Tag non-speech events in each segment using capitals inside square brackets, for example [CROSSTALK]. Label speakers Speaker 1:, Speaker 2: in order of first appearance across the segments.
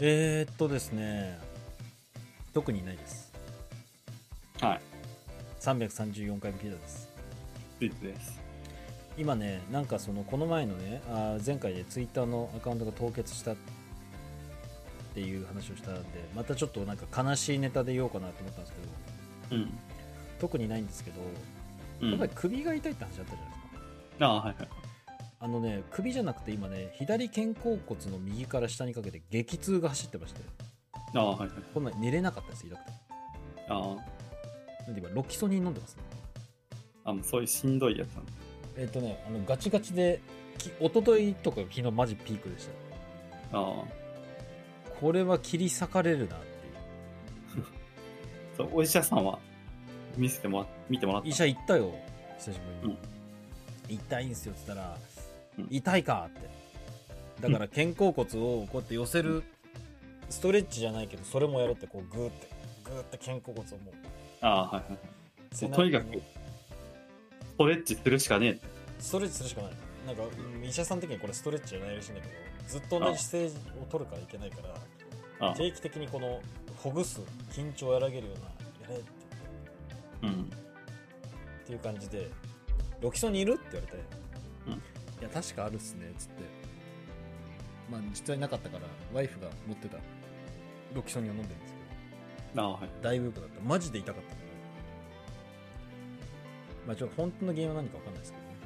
Speaker 1: えー、っとですね特にないです
Speaker 2: はい。
Speaker 1: 334回目ピザです
Speaker 2: スイーツです。
Speaker 1: 今ねなんかそのこの前のねあー前回でツイッターのアカウントが凍結したっていう話をしたんでまたちょっとなんか悲しいネタで言おうかなと思ったんですけど
Speaker 2: うん。
Speaker 1: 特にないんですけど
Speaker 2: う
Speaker 1: やっ
Speaker 2: ん。
Speaker 1: ぱ
Speaker 2: あ
Speaker 1: り首が痛いって話あったじゃないですか、
Speaker 2: あ、はいはい。
Speaker 1: あのね首じゃなくて今ね左肩甲骨の右から下にかけて激痛が走ってまして
Speaker 2: ああ、はいはい。
Speaker 1: こんな寝れなかったです痛くて
Speaker 2: あ
Speaker 1: なんで今ロキソニン飲んでますね
Speaker 2: あ、あもうそういうしんどいやつなんだ
Speaker 1: えっ、とねあのガチガチでき一昨日とか昨日マジピークでした
Speaker 2: ああ。
Speaker 1: これは切り裂かれるなっていう
Speaker 2: そう、お医者さんは見せてもらっ、見てもらった。
Speaker 1: 医者行ったよ久しぶりに、痛いんすよっつったら、
Speaker 2: うん
Speaker 1: 痛いかってだから肩甲骨をこうやって寄せる、ストレッチじゃないけどそれもやるってこうグーってグーって肩甲骨をもう
Speaker 2: ああ、はいはいはい。
Speaker 1: 背中
Speaker 2: とにかく、ストレッチするしかねえ。
Speaker 1: ストレッチするしかないなんかうん医者さん的にこれストレッチじゃないらしいんだけどずっと同じ姿勢を取るからいけないから
Speaker 2: ああ、
Speaker 1: 定期的にこのほぐす緊張をやらげるようなやれって
Speaker 2: うん。
Speaker 1: っていう感じで「ロキソニンいる?」って言われて「
Speaker 2: うん
Speaker 1: いや確かあるっすね」っつってまあ実際なかったからワイフが持ってたロキソニンを飲んでるんですけ
Speaker 2: ああ、はい。
Speaker 1: ど大ブープだったマジで痛かったまあちょっと本当の原因は何か分かんないですけどね、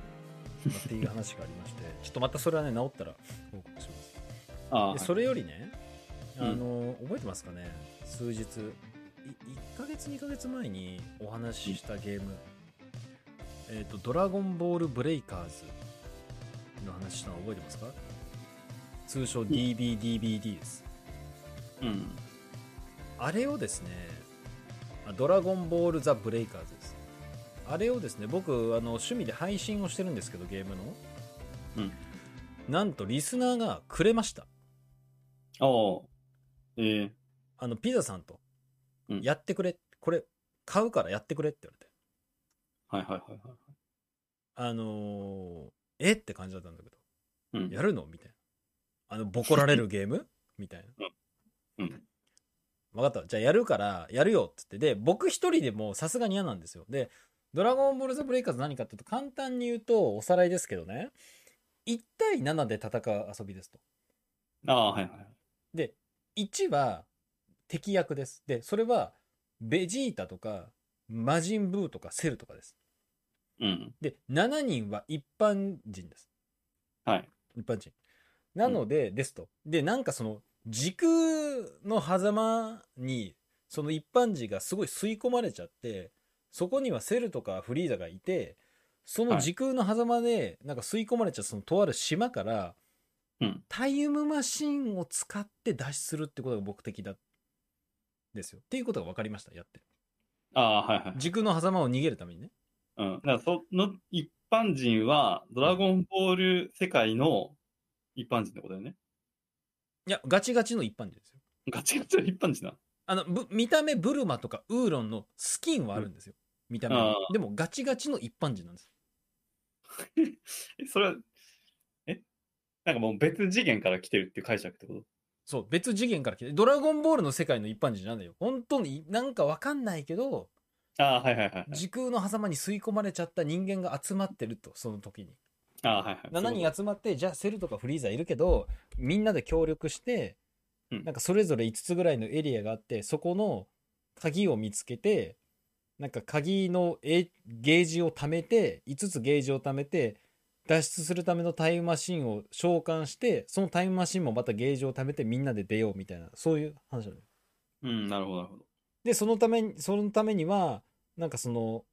Speaker 1: まあっていう話がありましてちょっとまたそれはね治ったら報告します
Speaker 2: ああ、は
Speaker 1: で
Speaker 2: い
Speaker 1: それよりねあ
Speaker 2: うん
Speaker 1: の、覚えてますかね数日い1ヶ月2ヶ月前にお話ししたゲーム「えー、とドラゴンボールブレイカーズ」の話したの覚えてますか通称 DBDBD です
Speaker 2: うん。
Speaker 1: あれをですねあドラゴンボール・ザ・ブレイカーズですあれをですね僕あの趣味で配信をしてるんですけどゲームの
Speaker 2: うん
Speaker 1: なんとリスナーがくれました
Speaker 2: ああ、ええ
Speaker 1: あの、ピザさんと、
Speaker 2: うん
Speaker 1: やってくれ、これ、買うからやってくれって言われて、
Speaker 2: はいはいはいはい。
Speaker 1: あのーえって感じだったんだけど、
Speaker 2: うん。
Speaker 1: やるのみたいな。あの、ボコられるゲーム [LAUGHS] みたいな。
Speaker 2: うんうん
Speaker 1: 分かった。じゃあやるから、やるよっつって。で、僕一人でもうさすがに嫌なんですよ。で、ドラゴンボールズブレイカーズ何かっていうと、簡単に言うと、おさらいですけどね、1対7で戦う遊びですと。
Speaker 2: ああ、はいはい。
Speaker 1: で、1は敵役です。で、それはベジータとか魔人ブーとかセルとかです。
Speaker 2: うん。
Speaker 1: で、7人は一般人です。
Speaker 2: はい。
Speaker 1: 一般人。なので、ですと。で、なんかその時空の狭間にその一般人がすごい吸い込まれちゃって、そこにはセルとかフリーザがいて、その時空の狭間でなんか吸い込まれちゃったそのとある島から、
Speaker 2: うん
Speaker 1: タイムマシンを使って脱出するってことが目的だですよっていうことが分かりましたやって
Speaker 2: ああ、はいはい。
Speaker 1: 時空の狭間を逃げるためにね
Speaker 2: うん。だからその一般人は、ドラゴンボール世界の一般人ってことだよね。
Speaker 1: いやガチガチの一般人ですよ
Speaker 2: ガチガチの一般人だ。
Speaker 1: あのぶ見た目ブルマとかウーロンのスキンはあるんですよ、見た目は
Speaker 2: あ
Speaker 1: でもガチガチの一般人なんです
Speaker 2: え、それは、えなんかもう別次元から来てるっていう解釈ってこと
Speaker 1: そう別次元から来てドラゴンボールの世界の一般人なんだよ本当になんか分かんないけど
Speaker 2: ああ、はいはいはいはい。
Speaker 1: 時空の狭間に吸い込まれちゃった人間が集まってるとその時に
Speaker 2: ああ、はい [LAUGHS] はい。
Speaker 1: 7人集まってじゃあセルとかフリーザいるけどみんなで協力して、
Speaker 2: うん
Speaker 1: なんかそれぞれ5つぐらいのエリアがあってそこの鍵を見つけてなんか鍵のえゲージを貯めて5つゲージを貯めて脱出するためのタイムマシンを召喚してそのタイムマシンもまたゲージを貯めてみんなで出ようみたいなそういう話なのよ
Speaker 2: うん、なるほど、なるほど。
Speaker 1: でそのためにそのためにはなんかその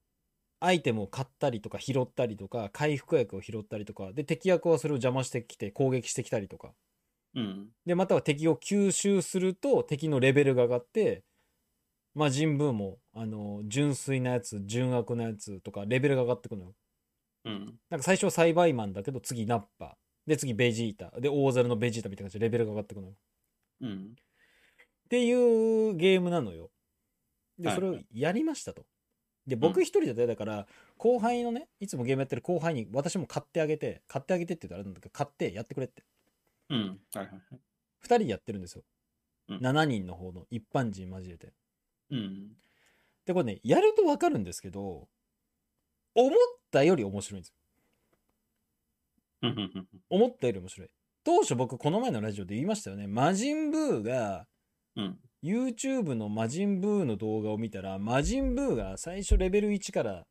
Speaker 1: アイテムを買ったりとか拾ったりとか回復薬を拾ったりとかで敵役はそれを邪魔してきて攻撃してきたりとか
Speaker 2: うん。
Speaker 1: でまたは敵を吸収すると敵のレベルが上がってまあ人文もあの純粋なやつ純悪なやつとかレベルが上がってくのよ
Speaker 2: うん。
Speaker 1: なんか最初は栽培マンだけど次ナッパで次ベジータで大猿のベジータみたいな感じでレベルが上がってくのよ
Speaker 2: うん。
Speaker 1: っていうゲームなのよ。で、
Speaker 2: はい
Speaker 1: それをやりましたと。で、
Speaker 2: う
Speaker 1: 僕
Speaker 2: ん
Speaker 1: 一人だとだから、後輩のね、いつもゲームやってる後輩に私も買ってあげて、買ってあげてって言うとあれなんだけど、買ってやってくれって。
Speaker 2: うん。はいはいはい。
Speaker 1: 二人でやってるんですよ。
Speaker 2: うん
Speaker 1: 7人の方の一般人交えて。
Speaker 2: うん。
Speaker 1: で、これね、やるとわかるんですけど、思ったより面白いんですよ。
Speaker 2: うんうんうん
Speaker 1: 思ったより面白い。当初僕、この前のラジオで言いましたよね。魔人ブーが、
Speaker 2: うん
Speaker 1: YouTube の魔人ブーの動画を見たら、魔人ブーが最初レベル1から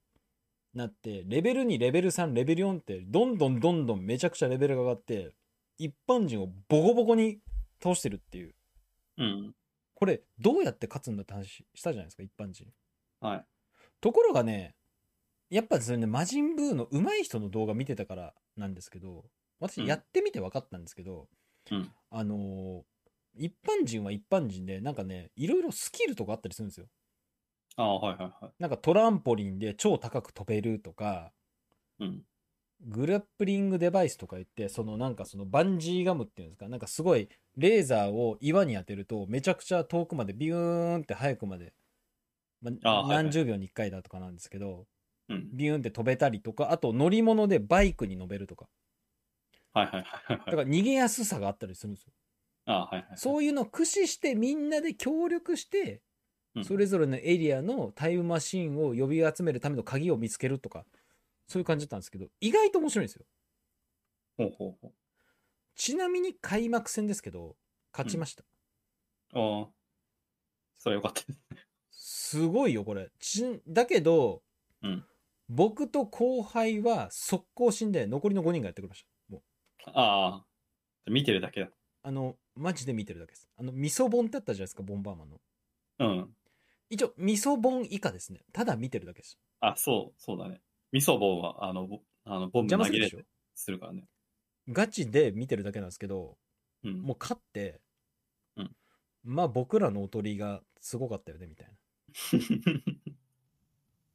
Speaker 1: なって、レベル2、レベル3、レベル4って、どんどんどんどんめちゃくちゃレベルが上がって、一般人をボコボコに倒してるっていう。
Speaker 2: うん。うん。
Speaker 1: これ、どうやって勝つんだって話したじゃないですか、一般人。
Speaker 2: はい。
Speaker 1: ところがね、やっぱそれね、魔人ブーの上手い人の動画見てたからなんですけど、
Speaker 2: う
Speaker 1: 私
Speaker 2: ん
Speaker 1: やってみて分かったんですけど、
Speaker 2: うん
Speaker 1: あのー一般人は一般人で、なんかね、いろいろスキルとかあったりするんですよ。
Speaker 2: ああ、はいはいは
Speaker 1: なんかトランポリンで超高く飛べるとか、
Speaker 2: い。うん。
Speaker 1: グラップリングデバイスとか言って、そのなんかそのバンジーガムっていうんですか、なんかすごいレーザーを岩に当てると、めちゃくちゃ遠くまでビューンって早くまで、ま
Speaker 2: あはいはい
Speaker 1: 何十秒に1回だとかなんですけど、
Speaker 2: うん。
Speaker 1: ビューンって飛べたりとか、あと乗り物でバイクに乗べるとか、
Speaker 2: はいはいはい
Speaker 1: だ
Speaker 2: はい。
Speaker 1: から逃げやすさがあったりするんですよ。
Speaker 2: ああ、はいはいはい。
Speaker 1: そういうのを駆使して、みんなで協力して、
Speaker 2: うん
Speaker 1: それぞれのエリアのタイムマシンを呼び集めるための鍵を見つけるとか、そういう感じだったんですけど、意外と面白いんですよ。
Speaker 2: ほうほうほう。
Speaker 1: ちなみに開幕戦ですけど、勝ちました。
Speaker 2: ああ。それはよかったです。
Speaker 1: すごいよ、これ。ちだけど、
Speaker 2: うん
Speaker 1: 僕と後輩は速攻死んで、残りの5人がやってくれました。もう、
Speaker 2: ああ。見てるだけだ。
Speaker 1: あの、マジで見てるだけです。あの、味噌本ってあったじゃないですか、ボンバーマンの。
Speaker 2: うん。
Speaker 1: 一応、味噌本以下ですね。ただ見てるだけです。
Speaker 2: あ、そう、そうだね。味噌棒は、あの、ぼあのボム
Speaker 1: 邪魔
Speaker 2: 投
Speaker 1: す
Speaker 2: げ
Speaker 1: るで
Speaker 2: れ
Speaker 1: し
Speaker 2: たり
Speaker 1: ょ
Speaker 2: するからね。
Speaker 1: ガチで見てるだけなんですけど、
Speaker 2: うん。
Speaker 1: もう勝って、
Speaker 2: うん
Speaker 1: まあ僕らのおとりがすごかったよね、みたいな。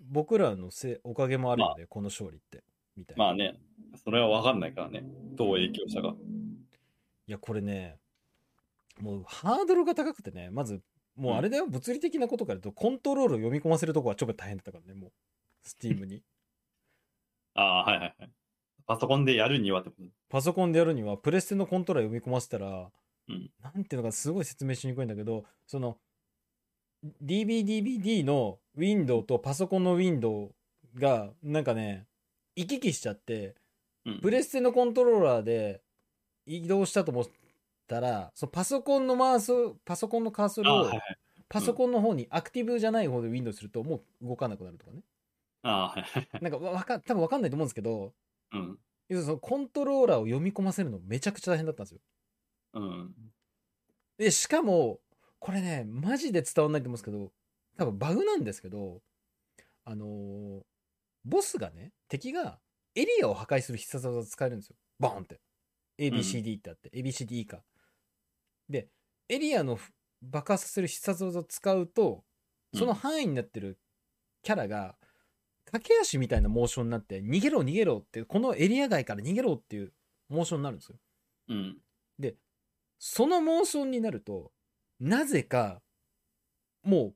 Speaker 1: 僕らのせおかげもあるよね、この勝利って。みたいな。
Speaker 2: まあね、それは分かんないからね。どう影響したか。
Speaker 1: いや、これね、もうハードルが高くてね、まず、もうあれだよ、物理的なことから言うと、コントロールを読み込ませるとこはちょっと大変だったからね、もう、スティームに。
Speaker 2: ああ、はいはいはい。パソコンでやるにはってこと。
Speaker 1: パソコンでやるには、プレステのコントローラー読み込ませたら、
Speaker 2: うん
Speaker 1: なんていうのか、すごい説明しにくいんだけど、その、DBDBD のウィンドウとパソコンのウィンドウが、なんかね、行き来しちゃって、
Speaker 2: うん、
Speaker 1: プレステのコントローラーで移動したと思ったら、そのパソコンのマウス、パソコンのカーソ
Speaker 2: あ
Speaker 1: ル
Speaker 2: あ、
Speaker 1: を
Speaker 2: はいはい。
Speaker 1: パソコンの方にアクティブじゃない方で Windows するともう動かなくなるとかね。
Speaker 2: ああ、はいはいはい。
Speaker 1: なんかわわか、多分わかんないと思うんですけど、
Speaker 2: うん。
Speaker 1: 要するにそのコントローラーを読み込ませるのめちゃくちゃ大変だったんですよ。
Speaker 2: うん。
Speaker 1: で、しかも、これね、マジで伝わんないと思うんですけど、多分バグなんですけど、あのーボスがね、敵がエリアを破壊する必殺技使えるんですよ。バーンって。ABCD ってあって、ABCD 以下。で、エリアのふ爆破させる必殺技を使うと、その範囲になってるキャラが、駆け足みたいなモーションになって、逃げろ逃げろって、このエリア外から逃げろっていうモーションになるんですよ。
Speaker 2: うん。
Speaker 1: そのモーションになると、なぜか、もう、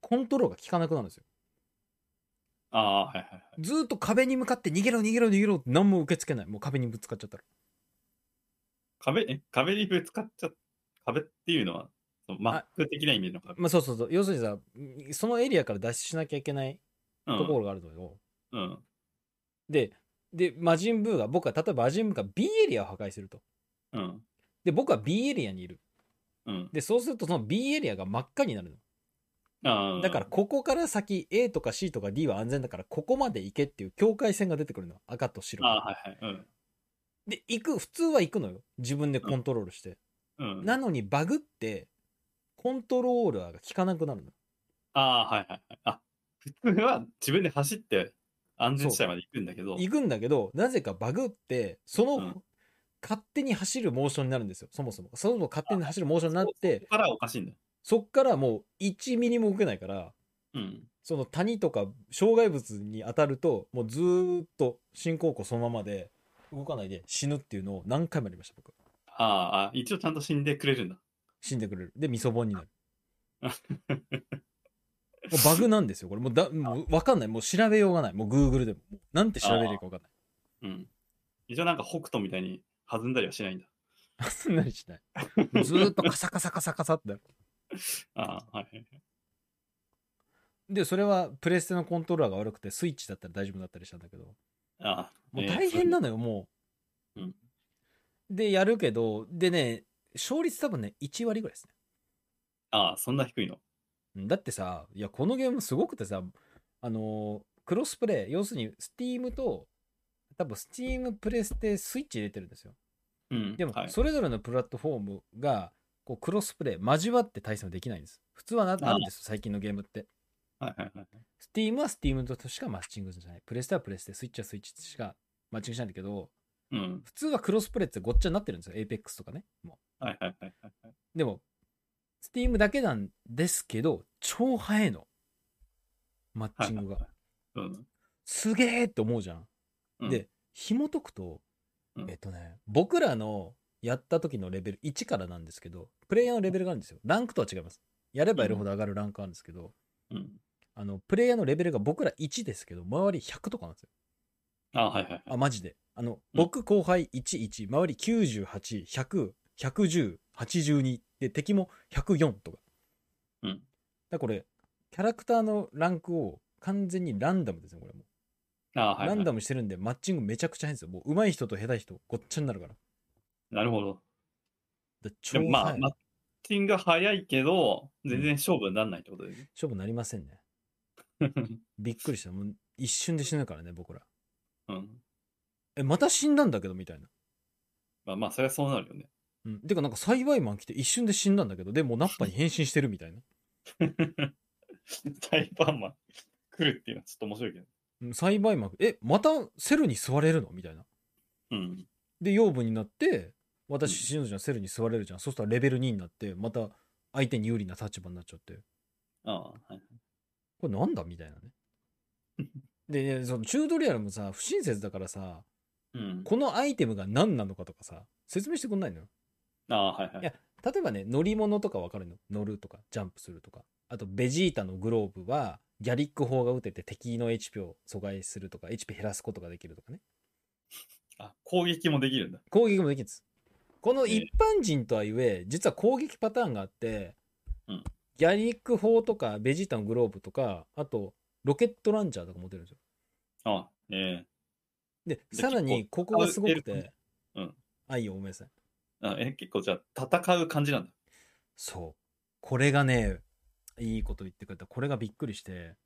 Speaker 1: コントロールが効かなくなるんですよ。
Speaker 2: ああ、はいはいはい。
Speaker 1: ずーっと壁に向かって逃げろ逃げろ逃げろって何も受け付けない。もう壁にぶつかっちゃったら。
Speaker 2: 壁、え、壁にぶつかっちゃっ、壁っていうのは、そのマック的な意味の壁。
Speaker 1: まあそうそうそう。要するにさ、そのエリアから脱出しなきゃいけない
Speaker 2: うん。
Speaker 1: ところがあるのよ。
Speaker 2: うん。
Speaker 1: で、で、魔人ブーが、僕は例えば魔人ブーが B エリアを破壊すると。
Speaker 2: うん。
Speaker 1: で、僕は B エリアにいる。
Speaker 2: うん。
Speaker 1: で、そうするとその B エリアが真っ赤になるの。
Speaker 2: ああ。
Speaker 1: だから、ここから先 A とか C とか D は安全だからここまで行けっていう境界線が出てくるの。赤と白
Speaker 2: あ
Speaker 1: の。
Speaker 2: あ、はいはい。うん。
Speaker 1: で、行く、普通は行くのよ。自分でコントロールして。
Speaker 2: うん。
Speaker 1: なのにバグって、コントローラーが効かなくなるの。
Speaker 2: ああ、はいはいはい。あ、普通は自分で走って安全地帯まで行くんだけど、
Speaker 1: 行くんだけど、なぜかバグって、その、
Speaker 2: うん
Speaker 1: 勝手に走るモーションになるんですよ。そもそも。そもそも勝手に走るモーションになって
Speaker 2: そこ、からおかしいんだよ。
Speaker 1: そっからもう1ミリも動けないから、
Speaker 2: うん。
Speaker 1: その谷とか障害物に当たると、もうずーっと進行庫そのままで動かないで死ぬっていうのを何回もやりました、僕。
Speaker 2: ああ、あ一応ちゃんと死んでくれるんだ。
Speaker 1: 死んでくれる。で、味噌本になる。もうバグなんですよ、これ。もうだ、もうわかんない。もう調べようがない。もう Google でも。なんて調べれるかわかんない。
Speaker 2: うん。一応なんか北斗みたいに弾んだりはしないんだ。
Speaker 1: そんなにしない。ずーっとカサカサカサカサって。
Speaker 2: ああ、はい。
Speaker 1: で、それはプレステのコントローラーが悪くて、スイッチだったら大丈夫だったりしたんだけど、
Speaker 2: ああ、
Speaker 1: もう
Speaker 2: ええ
Speaker 1: 大変なのよ、もう。
Speaker 2: うん
Speaker 1: で、やるけど、でね、勝率多分ね、1割ぐらいですね。
Speaker 2: ああ、そんな低いの。
Speaker 1: だってさ、いや、このゲームすごくてさ、あのークロスプレイ、要するに Steam と、多分 Steam プレステスイッチ入れてるんですよ。
Speaker 2: うん。
Speaker 1: でも、
Speaker 2: はい、
Speaker 1: それぞれのプラットフォームが、こう、クロスプレイ、交わって対戦はできないんです。普通はな
Speaker 2: あ
Speaker 1: あるんですよ、最近のゲームって。
Speaker 2: はいはいはい。
Speaker 1: Steam は Steam としかマッチングじゃない。プレステはプレステ、スイッチはスイッチしかマッチングしないんだけど、
Speaker 2: うん。
Speaker 1: 普通はクロスプレイってごっちゃになってるんですよ、Apex とかね。も
Speaker 2: はいはいはいはいはい。
Speaker 1: うでも、Steam だけなんですけど、超早いの。マッチングが。
Speaker 2: うん。
Speaker 1: すげえって思うじゃん。
Speaker 2: うん、
Speaker 1: で、紐解くと、
Speaker 2: うん
Speaker 1: えっとね、僕らのやった時のレベル1からなんですけど、プレイヤーのレベルがあるんですよ。ランクとは違います。やればやるほど上がるランクあるんですけど、
Speaker 2: うん。
Speaker 1: あの、プレイヤーのレベルが僕ら1ですけど、周り100とかなんですよ。
Speaker 2: ああ、はいはいは
Speaker 1: あ、
Speaker 2: い。
Speaker 1: マジで。あの、僕後輩11、周り98、100、110、82で、敵も104とか。
Speaker 2: うん
Speaker 1: だからこれ、キャラクターのランクを完全にランダムですね、これもう。
Speaker 2: ああ、はい、
Speaker 1: ラ
Speaker 2: は
Speaker 1: ン
Speaker 2: い
Speaker 1: ダ。ムしてるんで、マッチングめちゃくちゃ変ですよ。もう上手い人と下手い人、ごっちゃになるから。
Speaker 2: なるほど。
Speaker 1: だ
Speaker 2: で
Speaker 1: 超
Speaker 2: もまあ、
Speaker 1: ま
Speaker 2: マッチングが早いけど、全然勝負にならないってことで
Speaker 1: 勝負なりませんね。
Speaker 2: ね。
Speaker 1: びっくりした。もう一瞬で死ぬからね、僕ら。
Speaker 2: うん。
Speaker 1: え、また死んだんだけど、みたいな。
Speaker 2: まあまあ、それはそうなるよね。 [LAUGHS]
Speaker 1: うん。てか、なんか栽培マン来て一瞬で死んだんだけど、でもうナッパに変身してるみたいな。
Speaker 2: タイパーマン来るっていうのはちょっと面白いけど。
Speaker 1: うん栽培マン、え、またセルに座れるのみたいな。
Speaker 2: うん。
Speaker 1: で、養分になって、
Speaker 2: う
Speaker 1: 私、
Speaker 2: ん
Speaker 1: しのちゃんセルに座れるじゃん。そしたらレベル2になって、また相手に有利な立場になっちゃって。
Speaker 2: ああ、はい。
Speaker 1: これなんだみたいなね。
Speaker 2: [LAUGHS]
Speaker 1: で、そのチュートリアルもさ、不親切だからさ、
Speaker 2: うん。
Speaker 1: このアイテムが何なのかとかさ、説明してくんないのよ。
Speaker 2: ああ、はいはい
Speaker 1: や。例えばね、乗り物とかわかるの乗るとか、ジャンプするとか。あと、ベジータのグローブは、ギャリック砲が撃てて敵の HP を阻害するとか、HP 減らすことができるとかね。
Speaker 2: あ、攻撃もできるんだ。
Speaker 1: 攻撃もできるんです。この
Speaker 2: ええ
Speaker 1: 一般人とはいえ、実は攻撃パターンがあって、
Speaker 2: うん
Speaker 1: ギャリック砲とか、ベジータのグローブとか、あと、ロケットランチャーとか持てるんですよ。
Speaker 2: ああ、え
Speaker 1: で、
Speaker 2: で
Speaker 1: さらに、ここがすごく
Speaker 2: 結
Speaker 1: て、
Speaker 2: うん
Speaker 1: あ、いいよ、ごめんなさい。
Speaker 2: えあえ、結構じゃあ、戦う感じなんだ。
Speaker 1: そう。これがね、いいこと言ってくれた。これがびっくりして、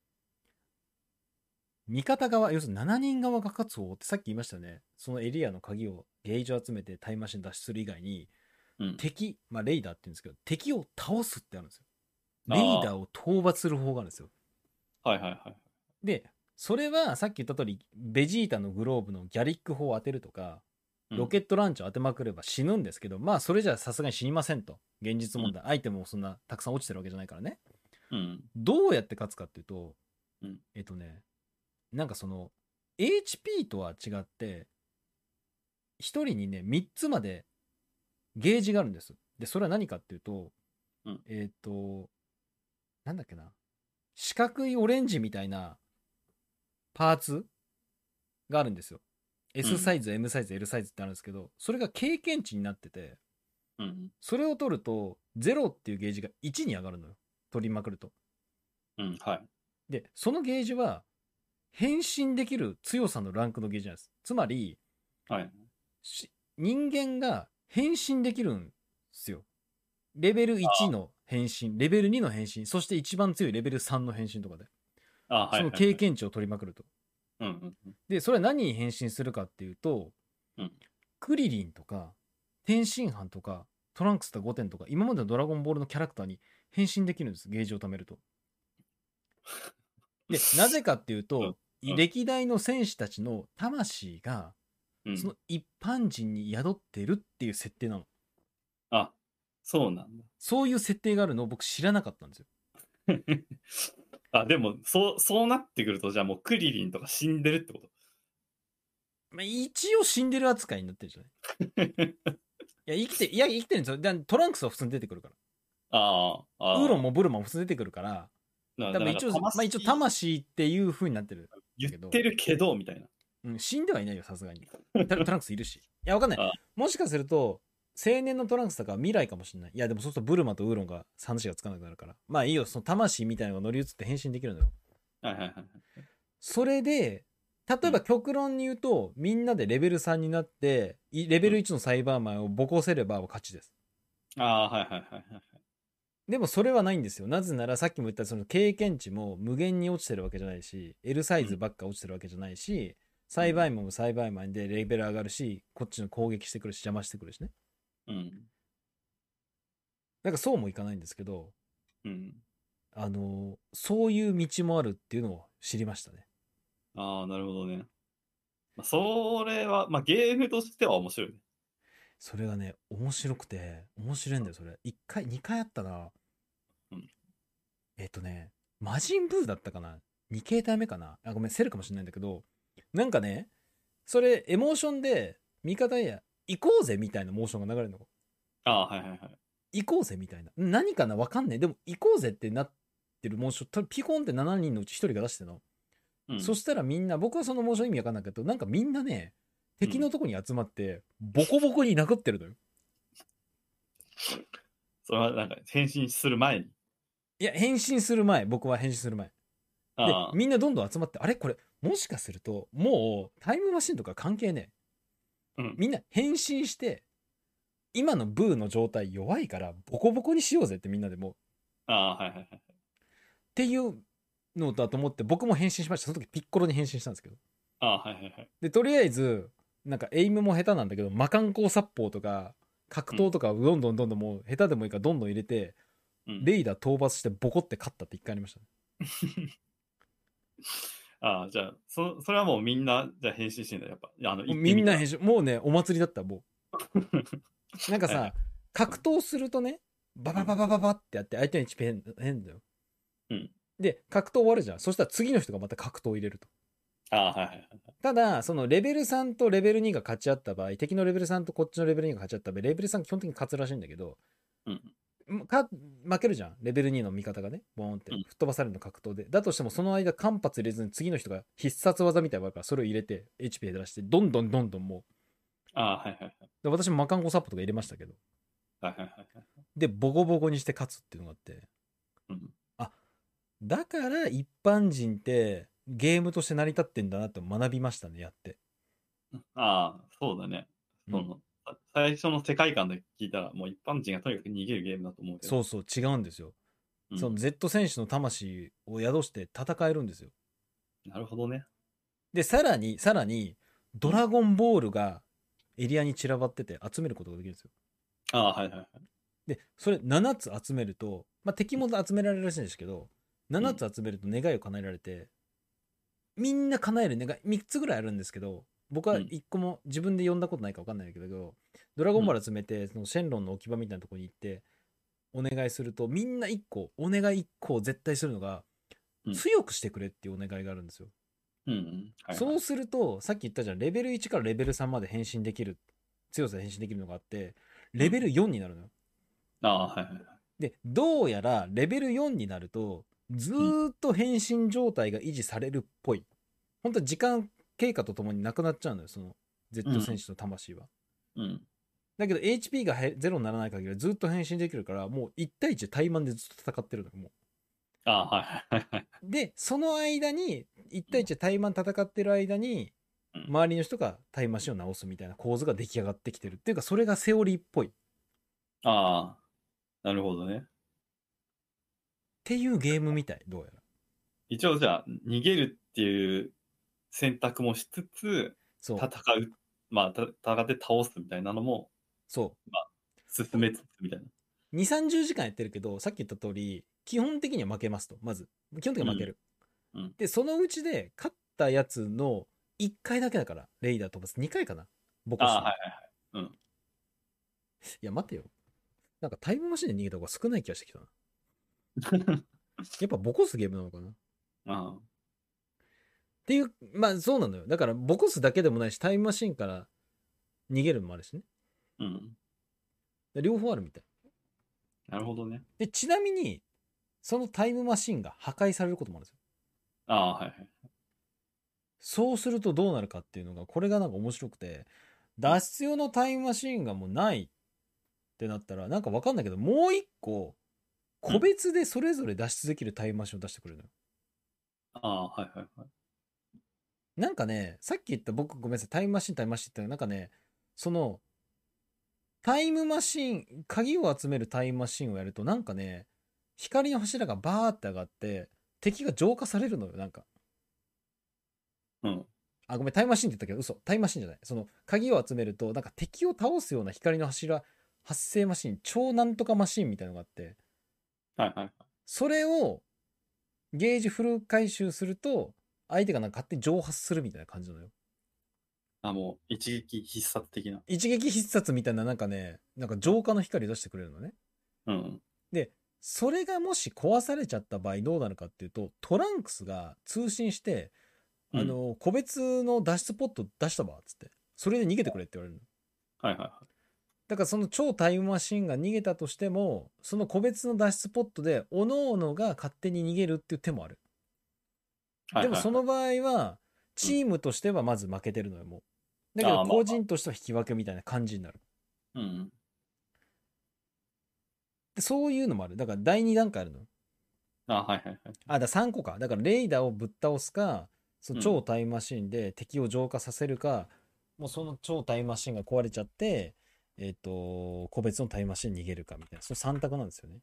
Speaker 1: 味方側、要するに7人側が勝つ方ってさっき言いましたよね。そのエリアの鍵をゲージを集めてタイムマシン脱出する以外に、
Speaker 2: うん。
Speaker 1: 敵、まあレイダーって言うんですけど、敵を倒すってあるんですよ。
Speaker 2: あ
Speaker 1: レ
Speaker 2: ー
Speaker 1: イダーを討伐する方があるんですよ。
Speaker 2: はいはいはい。
Speaker 1: で、それはさっき言った通り、ベジータのグローブのギャリック砲を当てるとか、
Speaker 2: うん
Speaker 1: ロケットランチャー当てまくれば死ぬんですけど、まあそれじゃさすがに死にませんと。現実問題、アイテムもそんなたくさん落ちてるわけじゃないからね。
Speaker 2: うん。
Speaker 1: どうやって勝つかっていうと、
Speaker 2: うん
Speaker 1: えっとね、なんかその、HP とは違って、一人にね、3つまでゲージがあるんです。で、それは何かっていうと、
Speaker 2: うん
Speaker 1: えっと、なんだっけな、四角いオレンジみたいなパーツがあるんですよ。S サイズ、M サイズ、L サイズってあるんですけど、それが経験値になってて、
Speaker 2: うん。
Speaker 1: それを取ると、0っていうゲージが1に上がるのよ。取りまくると。
Speaker 2: うん。はい。
Speaker 1: で、そのゲージは、変身できる強さのランクのゲージなんです。つまり、
Speaker 2: はい。
Speaker 1: し人間が変身できるんですよ。レベル1の変身、レベル2の変身、そして一番強いレベル3の変身とかで、
Speaker 2: ああ、はい。
Speaker 1: その経。験値を取りまくると。
Speaker 2: うんうんうん。
Speaker 1: で、それは何に変身するかっていうと、
Speaker 2: うん
Speaker 1: クリリンとか、天津飯とか、トランクスとかゴテンとか、今までのドラゴンボールのキャラクターに変身できるんです、ゲージを貯めると。
Speaker 2: [LAUGHS]
Speaker 1: で、なぜかっていうと、
Speaker 2: うんうん
Speaker 1: 歴代の戦士たちの魂が、
Speaker 2: うん
Speaker 1: その一般人に宿ってるっていう設定なの。
Speaker 2: あ、そうなんだ。 [LAUGHS]
Speaker 1: そういう設定があるのを僕知らなかったんですよ。
Speaker 2: あ、でも、そう、そうなってくると、じゃあもうクリリンとか死んでるってこと。 [LAUGHS]
Speaker 1: まあ、一応死んでる扱いになってるじゃない。いや、生きて、いや、生きてるんですよ。だトランクスは普通に出てくるか
Speaker 2: ああ、あ
Speaker 1: ら。
Speaker 2: あ。
Speaker 1: ウーロンもブルマも普通に出てくるから、
Speaker 2: な
Speaker 1: 多分一応、まあ一応魂っていう風になってる。
Speaker 2: 言ってるけど、みたいな。
Speaker 1: [LAUGHS] うん、死んではいないよ、さすがに。トラトランクスいるし。いや、わかんな
Speaker 2: あ
Speaker 1: い。もしかすると、青年のトランクスだから未来かもしれない。いや、でもそうするとブルマとウーロンが話がつかなくなるから。まあいいよ、その魂みたいなのが乗り移って変身できるのよ。
Speaker 2: はいはいはい。
Speaker 1: それで、例えば極論に言うと、みんなでレベル3になって、いレベル1のサイバーマンをボコせれば勝ちです。
Speaker 2: ああ、はいはいはいはい。
Speaker 1: でもそれはないんですよ。なぜならさっきも言ったその経験値も無限に落ちてるわけじゃないし、L サイズばっか落ちてるわけじゃないし、サイバーマンもサイバーマンでレベル上がるし、こっちの攻撃してくるし、邪魔してくるしね。
Speaker 2: うん。
Speaker 1: なんかそうもいかないんですけど、
Speaker 2: うん。
Speaker 1: あの、そういう道もあるっていうのを知りましたね。
Speaker 2: ああ、なるほどね。まあ、それは、まあ、ゲームとしては面白いね。
Speaker 1: それがね、面白くて、面白いんだよ、それ。一回、二回あったな。
Speaker 2: うん
Speaker 1: えっ、とね、魔人ブーだったかな二形態目かなあ、ごめん、セルかもしれないんだけど、なんかね、それ、エモーションで、味方や、行こうぜみたいなモーションが流れるの。
Speaker 2: ああー、はいはいはい。
Speaker 1: 行こうぜみたいな。何かなわかんねえ。でも、行こうぜってなってるモーション、多分ピコンって7人のうち1人が出してんの。
Speaker 2: うん、
Speaker 1: そしたらみんな、僕はそのモーション意味わかんないけど、なんかみんなね、敵のとこに集まって、ボコボコに殴ってるのよ。
Speaker 2: それはなんか、変身する前に。
Speaker 1: いや、変身する前、僕は変身する前。で
Speaker 2: ああ、
Speaker 1: みんなどんどん集まって、あれこれ、もしかすると、もう、タイムマシンとか関係ねえ。
Speaker 2: うん
Speaker 1: みんな変身して、今のブーの状態弱いから、ボコボコにしようぜってみんなでもう、っ
Speaker 2: ああ、はいはいはい。
Speaker 1: ていうのだと思って、僕も変身しました。その時ピッコロに変身したんですけど。
Speaker 2: ああ、はいはいはい。
Speaker 1: で、とりあえず、なんかエイムも下手なんだけど、魔漢光殺法とか、格闘とかをどんどんどんどんもう下手でもいいからどんどん入れて、
Speaker 2: うん、
Speaker 1: レイダー討伐してボコって勝ったって一回ありましたね。
Speaker 2: ああ、じゃあ、そ、それはもうみんな、じゃあ変身してんだ、やっぱ。あの、行ってみ
Speaker 1: みんな
Speaker 2: た
Speaker 1: 編集もうねお祭りだったも
Speaker 2: [LAUGHS]
Speaker 1: うなんか
Speaker 2: はいは
Speaker 1: さ
Speaker 2: い
Speaker 1: 格闘するとねババババババってやって相手に一ペン変だよ、
Speaker 2: うん
Speaker 1: で格闘終わるじゃんそしたら次の人がまた格闘を入れると
Speaker 2: ああ、はいはいはい。
Speaker 1: ただそのレベル3とレベル2が勝ち合った場合敵のレベル3とこっちのレベル2が勝ち合った場合レベル3基本的に勝つらしいんだけど
Speaker 2: うん。
Speaker 1: か負けるじゃんレベル2の味方がねボーンって
Speaker 2: うん
Speaker 1: 吹っ飛ばされるの格闘でだとしてもその間間髪入れずに次の人が必殺技みたいなのがあるからそれを入れて HP 減らしてどんどんどんどんもう
Speaker 2: ああ、はいはい
Speaker 1: で私もマカンゴサップとか入れましたけど
Speaker 2: はい。はいはいはいはい。
Speaker 1: でボコボコにして勝つっていうのがあって
Speaker 2: うん。
Speaker 1: だから一般人ってゲームとして成り立ってんだなって学びましたねやって、
Speaker 2: ああ、そうだね。
Speaker 1: うん
Speaker 2: その、最初の世界観で聞いたら、もう一般人がとにかく逃げるゲームだと思うけど。
Speaker 1: そうそう違うんですよ、
Speaker 2: うん
Speaker 1: その Z 選手の魂を宿して戦えるんですよ
Speaker 2: なるほどね。
Speaker 1: でさらにさらにドラゴンボールがエリアに散らばってて集めることができるんですよ
Speaker 2: ああ、はいはいはい。
Speaker 1: でそれ7つ集めると、まあ、敵も集められるらしいんですけど7つ集めると願いを叶えられて、みんな叶える願い3つぐらいあるんですけど僕は
Speaker 2: うん
Speaker 1: 1個も自分で呼んだことないか分かんないけど「ドラゴンボール」集めてそのシェンロンの置き場みたいなところに行ってお願いするとみんな1個お願い1個を絶対するのが
Speaker 2: うん
Speaker 1: 強くしてくれっていうお願いがあるんですよ。
Speaker 2: うんうん。はいはい、
Speaker 1: そうするとさっき言ったじゃんレベル1からレベル3まで変身できる強さで変身できるのがあってレベル4になるのよ。
Speaker 2: ああ、はいはいはい。
Speaker 1: でどうやらレベル4になるとずーっと変身状態が維持されるっぽい本当は時間経過とともになくなっちゃうのよその Z 選手の魂は、
Speaker 2: うん。
Speaker 1: だけど HP がへゼロにならない限りはずーっと変身できるからもう1対1で対マンでずっと戦ってるのよもう
Speaker 2: ああ、はいはいはい。
Speaker 1: でその間に1対1で対マン戦ってる間に
Speaker 2: うん
Speaker 1: 周りの人が対マシンを直すみたいな構図が出来上がってきてるっていうかそれがセオリーっぽいっ
Speaker 2: ああ、なるほどね。
Speaker 1: ていうゲームみたいどうやら
Speaker 2: 一応じゃあ、逃げるっていう選択もしつつ、
Speaker 1: そう
Speaker 2: 戦う、まあ、た戦って倒すみたいなのも
Speaker 1: そう
Speaker 2: 進めつつみたいな。
Speaker 1: 2三3 0時間やってるけどさっき言った通り基本的には負けますとまず基本的には負ける、
Speaker 2: うんうん
Speaker 1: でそのうちで勝ったやつの1回だけだからレイダー飛ばす2回かなボコ
Speaker 2: あ
Speaker 1: ス
Speaker 2: あ、
Speaker 1: の
Speaker 2: はいはい
Speaker 1: い、や待てよなんかタイムマシンで逃げた方が少ない気がしてきたな
Speaker 2: はい。 [LAUGHS]
Speaker 1: やっぱボコすゲームなのかなっ
Speaker 2: あ
Speaker 1: ていうまあそうなのよだからボコすだけでもないしタイムマシンから逃げるのもあるしね
Speaker 2: あ、うん。
Speaker 1: 両方あるみたい
Speaker 2: なるほどね。
Speaker 1: でちなみにそのタイムマシンが破壊されることもあるんですよ
Speaker 2: ああ、はいはい。
Speaker 1: そうするとどうなるかっていうのが、これがなんか面白くて、脱出用のタイムマシーンがもうないってなったらなんかわかんないけどもう一個個別でそれぞれ脱出できるタイムマシンを出してくれるのよ。
Speaker 2: ああー、はいはいはい。
Speaker 1: なんかねさっき言った僕ごめんなさいタイムマシンタイムマシンってなんかねそのタイムマシン鍵を集めるタイムマシンをやるとなんかね光の柱がバーって上がって敵が浄化されるのよなんか。
Speaker 2: うん。
Speaker 1: あ、ごめん、タイムマシンって言ったけど、嘘。タイムマシンじゃない。その、鍵を集めると、なんか敵を倒すような光の柱、発生マシン、超なんとかマシンみたいなのがあって、
Speaker 2: はいはい。
Speaker 1: それを、ゲージフル回収すると、相手がなんか勝手に蒸発するみたいな感じなのよ。
Speaker 2: あ、もう、一撃必殺的な。
Speaker 1: 一撃必殺みたいな、なんかね、なんか浄化の光を出してくれるのね。
Speaker 2: うん。
Speaker 1: それがもし壊されちゃった場合どうなるかっていうと、トランクスが通信して、
Speaker 2: うん
Speaker 1: あの、個別の脱出ポット出したわ、つって。それで逃げてくれって言われるの。
Speaker 2: はいはいは
Speaker 1: だからその超タイムマシンが逃げたとしてもその個別の脱出ポットで各々が勝手に逃げるっていう手もある、
Speaker 2: い。はいはいはい
Speaker 1: でもそ、の場合はチームとしてはまず負けてるのよもうだけ
Speaker 2: あーま
Speaker 1: ど
Speaker 2: あ
Speaker 1: 個人としては引き分けみたいな感じになる
Speaker 2: うん。
Speaker 1: でそういうのもあるだから第2段階あるの
Speaker 2: あ、はいはいはい。
Speaker 1: あだから3個かだからレイダーをぶっ倒すかその
Speaker 2: うん
Speaker 1: 超タイムマシンで敵を浄化させるか、もうその超タイムマシンが壊れちゃってえっ、と個別のタイムマシンに逃げるかみたいなその3択なんですよね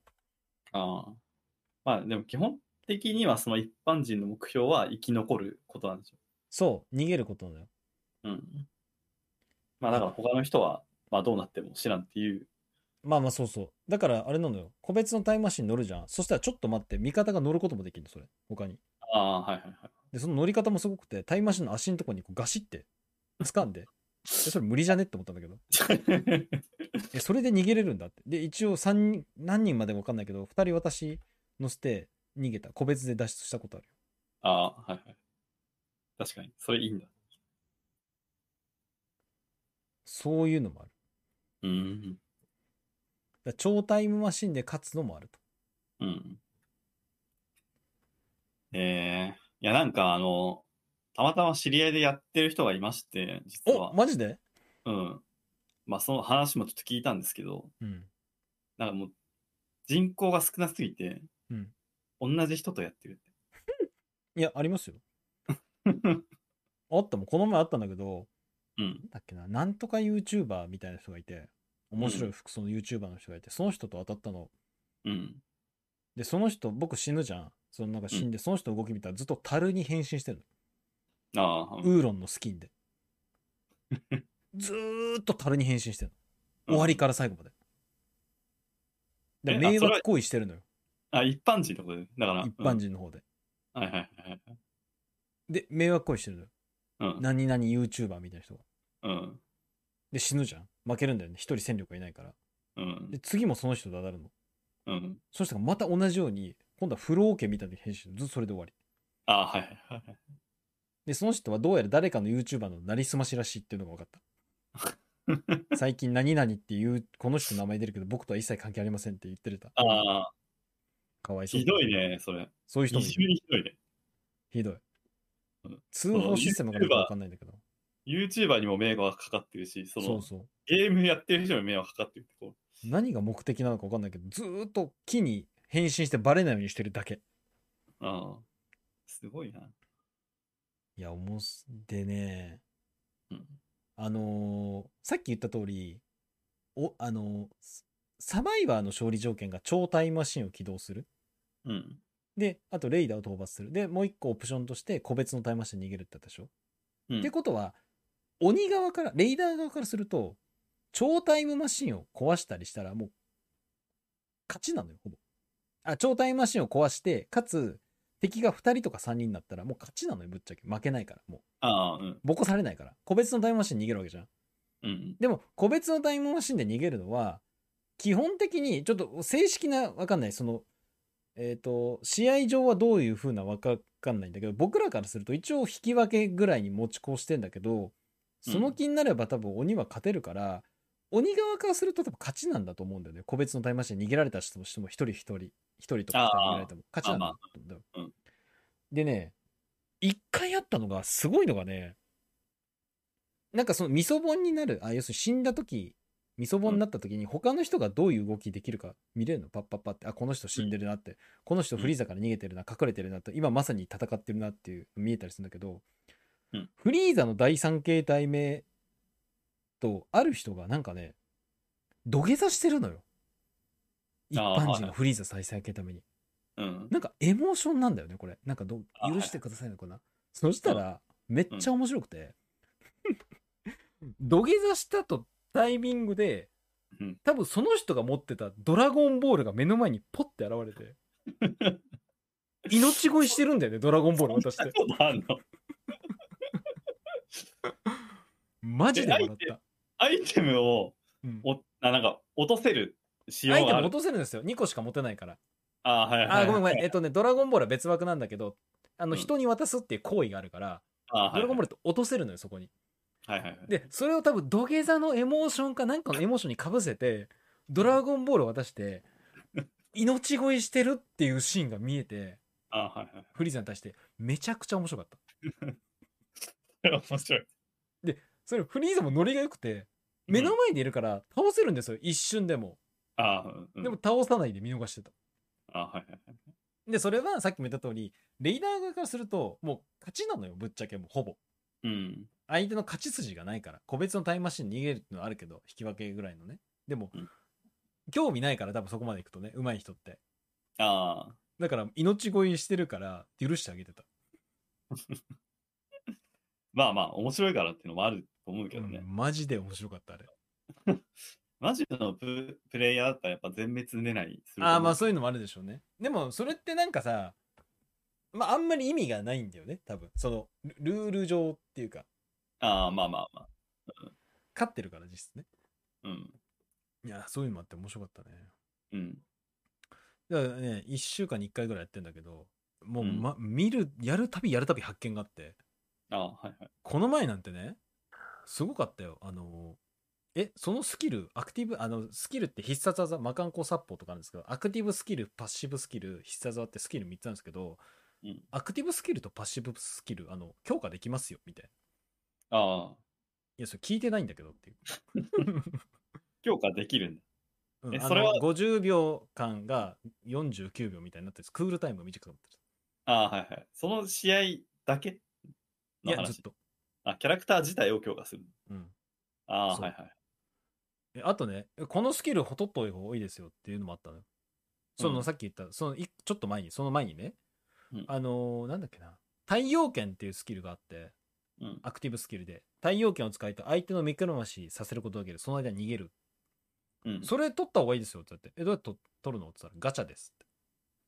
Speaker 2: ああ。まあ、でも基本的には、その一般人の目標は生き残ることなんですよ。
Speaker 1: そう逃げることなのよ
Speaker 2: うん。まあ、だから他の人は、まあ、どうなっても知らんっていう。
Speaker 1: まあまあそうそう。だからあれなのよ。個別のタイムマシン乗るじゃん。そしたらちょっと待って、味方が乗ることもできるの、それ。他に。
Speaker 2: ああ、はいはいはい。
Speaker 1: で、その乗り方もすごくて、タイムマシンの足のとこにこうガシって掴んで。でそれ無理じゃねって思ったんだけど。え、それで逃げれるんだって。で、一応三人、何人までわかんないけど、二人私乗せて逃げた。個別で脱出したことあるよ。
Speaker 2: ああ、はいはい。確かに、それいいんだ。
Speaker 1: そういうのもある。
Speaker 2: うん。
Speaker 1: だから超タイムマシンで勝つのもあると。
Speaker 2: うん。ええいや、なんかあの、たまたま知り合いでやってる人がいまして、実は
Speaker 1: お、マジで
Speaker 2: うん。まあ、その話もちょっと聞いたんですけど、
Speaker 1: うん。
Speaker 2: なんかもう、人口が少なすぎて、
Speaker 1: うん
Speaker 2: 同じ人とやってるっ
Speaker 1: いや、ありますよ。 [LAUGHS]
Speaker 2: て。
Speaker 1: あったもん。この前あったんだけど、
Speaker 2: うん。
Speaker 1: だっけな、なんとか YouTuber みたいな人がいて、面白い服装の YouTuber の人がいて、その人と当たったの。
Speaker 2: うん。
Speaker 1: で、その人、僕死ぬじゃん。そのなんか死んで、その人の動き見たらずっと樽に変身してる
Speaker 2: ああ、
Speaker 1: の。
Speaker 2: うん
Speaker 1: ウーロンのスキン
Speaker 2: [LAUGHS]
Speaker 1: で。ずーっと樽に変身してるの。終わりから最後まで。で
Speaker 2: えあ
Speaker 1: 迷
Speaker 2: それは
Speaker 1: 惑行為してるのよ。
Speaker 2: あ、一般人ってことで。だから、
Speaker 1: 一般人の方で。
Speaker 2: うん。はいはいはいはい。
Speaker 1: で、迷惑行為してるのよ。
Speaker 2: うん。
Speaker 1: 何々 YouTuber みたいな人が。
Speaker 2: うん。
Speaker 1: で、死ぬじゃん。負けるんだよね。一人戦力がいないから。
Speaker 2: うん
Speaker 1: で、。次もその人と当たるの。
Speaker 2: うん。
Speaker 1: そしたらまた同じように、今度は不老家みたいな編集、ずっとそれで終わり。
Speaker 2: ああ、はいはいはいはい。
Speaker 1: で、その人はどうやら誰かの YouTuber のなりすましらしいっていうのが分か
Speaker 2: [LAUGHS]
Speaker 1: った。最近何々っていう、この人の名前出るけど、僕とは一切関係ありませんって言ってた。
Speaker 2: ああ、
Speaker 1: かわいそう。
Speaker 2: ひどいね、それ。
Speaker 1: そういう人
Speaker 2: 非
Speaker 1: もいる
Speaker 2: 常にひどいね。
Speaker 1: ひどい
Speaker 2: うん。
Speaker 1: 通報システムがどうか分かんないんだけど。
Speaker 2: YouTuber にも迷惑がかかってるし、その
Speaker 1: そうそう。
Speaker 2: ゲームやってる人にも迷惑かかってるってこ
Speaker 1: 何が目的なのか分かんないけど、ずーっと木に変身してバレないようにしてるだけ。
Speaker 2: う。ああ。すごいな。
Speaker 1: いや、おもす、でね、
Speaker 2: うん。
Speaker 1: あのーさっき言った通り、お、あのーササバイバーの勝利条件が超タイムマシンを起動する。
Speaker 2: うん。
Speaker 1: で、あとレイダーを討伐する。で、もう一個オプションとして個別のタイムマシンに逃げるってあったでしょ、
Speaker 2: うん
Speaker 1: ってことは、鬼側から、レイダー側からすると、超タイムマシンを壊したりしたらもう、勝ちなのよ、ほぼ。あ、超タイムマシンを壊して、かつ、敵が2人とか3人になったらもう勝ちなのよ、ぶっちゃけ。負けないから、もう。
Speaker 2: ああ、うん。
Speaker 1: ボコされないから。個別のタイムマシンに逃げるわけじゃん。
Speaker 2: うん。
Speaker 1: でも、個別のタイムマシンで逃げるのは、基本的に、ちょっと正式な、わかんない、その、えっ、と、試合上はどういう風なわかわかんないんだけど、僕らからすると一応引き分けぐらいに持ち越してんだけど、その気になれば多分鬼は勝てるから、鬼側からすると多分勝ちなんだと思うんだよね。個別のタイムマシンに逃げられた人としても、一人一人、一人とか二人逃げられても勝ちなんだと思うんだよ。
Speaker 2: あまあうん
Speaker 1: でね、一回あったのが、すごいのがね、なんかその、みそぼんになる、あ、要するに死んだ時、みそぼになった時に他の人がどういう動きできるか見れるのパッパッパってあこの人死んでるなってこの人フリーザから逃げてるな隠れてるなと今まさに戦ってるなっていう見えたりするんだけど、
Speaker 2: うん
Speaker 1: フリーザの第三形態目とある人がなんかね土下座してるのよ一
Speaker 2: あ
Speaker 1: 般
Speaker 2: ーはい
Speaker 1: 人
Speaker 2: はい
Speaker 1: のフリーザ再生形態目に
Speaker 2: うん。
Speaker 1: なんかエモーションなんだよねこれなんかど
Speaker 2: あ
Speaker 1: 許してくださいねこんなそしたらめっちゃ面白くて、土下座したとタイミングで
Speaker 2: うん
Speaker 1: 多分その人が持ってたドラゴンボールが目の前にポッて現れて [LAUGHS] 命乞いしてるんだよねドラゴンボール渡し
Speaker 2: そん
Speaker 1: て
Speaker 2: なことあんの
Speaker 1: マジで笑っ
Speaker 2: え
Speaker 1: た、
Speaker 2: アイテムを、
Speaker 1: うん
Speaker 2: おあなんか、落とせる仕
Speaker 1: ア
Speaker 2: 様
Speaker 1: イテ
Speaker 2: が
Speaker 1: ム
Speaker 2: あ
Speaker 1: 落と
Speaker 2: る。
Speaker 1: せるんですよ2個しか持てないから
Speaker 2: あーはいはいはい。
Speaker 1: あごめんごめんえっとねドラゴンボールは別枠なんだけどあの
Speaker 2: うん
Speaker 1: 人に渡すっていう行為があるから、
Speaker 2: あー
Speaker 1: ドラゴンボー
Speaker 2: はい
Speaker 1: ルって落とせるのよそこに
Speaker 2: はいはいはい。
Speaker 1: でそれを多分土下座のエモーションかなんかのエモーションにかぶせてドラゴンボールを渡して命乞いしてるっていうシーンが見えて
Speaker 2: あーはいはい。
Speaker 1: フリーザに対してめちゃくちゃ面白かった
Speaker 2: それは面白い。
Speaker 1: それフリーザもノリが良くて目の前にいるから倒せるんですよ一瞬でも
Speaker 2: あーうん
Speaker 1: でも倒さないで見逃してた
Speaker 2: あーはいはいはい。
Speaker 1: でそれはさっきも言った通りレイダー側からするともう勝ちなのよぶっちゃけもうほぼ
Speaker 2: うん。
Speaker 1: 相手の勝ち筋がないから個別のタイムマシンに逃げるのはあるけど引き分けぐらいのねでも、
Speaker 2: うん
Speaker 1: 興味ないから多分そこまでいくとね上手い人って
Speaker 2: ああ。
Speaker 1: だから命乞いしてるから許してあげてた、
Speaker 2: まあまあ、面白いからっていうのもあると思うけど
Speaker 1: う
Speaker 2: ね。
Speaker 1: んマジで面白かったあれ
Speaker 2: マジのププレイヤーだったらやっぱ全滅狙いすると思う。
Speaker 1: ああまあそういうのもあるでしょうねでもそれってなんかさまああんまり意味がないんだよね多分そのルルール上っていうか
Speaker 2: あーまあまあまあ。
Speaker 1: 勝ってるから実質ね
Speaker 2: うん。
Speaker 1: いやそういうのもあって面白かったね
Speaker 2: うん。
Speaker 1: だからね1週間に1回ぐらいやってんだけどもう、
Speaker 2: うん
Speaker 1: ま見るやるたびやるたび発見があって
Speaker 2: ああ、はいはい。
Speaker 1: この前なんてねすごかったよあのえそのスキルアクティブあのスキルって必殺技魔漢光殺法とかあるんですけどアクティブスキルパッシブスキル必殺技ってスキル3つなんですけど、
Speaker 2: うん
Speaker 1: アクティブスキルとパッシブスキルあの強化できますよみたいな
Speaker 2: ああ、
Speaker 1: いやそれ聞いてないんだけどっていう、
Speaker 2: 強化できるんだ。
Speaker 1: うん
Speaker 2: え
Speaker 1: あの
Speaker 2: それは
Speaker 1: 50秒間が49秒みたいになってるクールタイムが短くなって
Speaker 2: ああ、はいはい。その試合だけ
Speaker 1: る
Speaker 2: の
Speaker 1: いやずっ
Speaker 2: 話。
Speaker 1: と、
Speaker 2: あ、キャラクター自体を強化する。
Speaker 1: うん、
Speaker 2: ああ、
Speaker 1: そう
Speaker 2: はいはい。
Speaker 1: えあとねこのスキルほとっとい方が多いですよっていうのもあったのよその、
Speaker 2: うん
Speaker 1: さっき言ったそのいちょっと前にその前にね、
Speaker 2: うん
Speaker 1: あのーなんだっけな太陽剣っていうスキルがあって
Speaker 2: うん。
Speaker 1: アクティブスキルで太陽剣を使いと相手の目くらましさせることができるその間に逃げる、
Speaker 2: うん、
Speaker 1: それ取った方がいいですよって言ってえどうやって取取るのって言ったらガチャですっ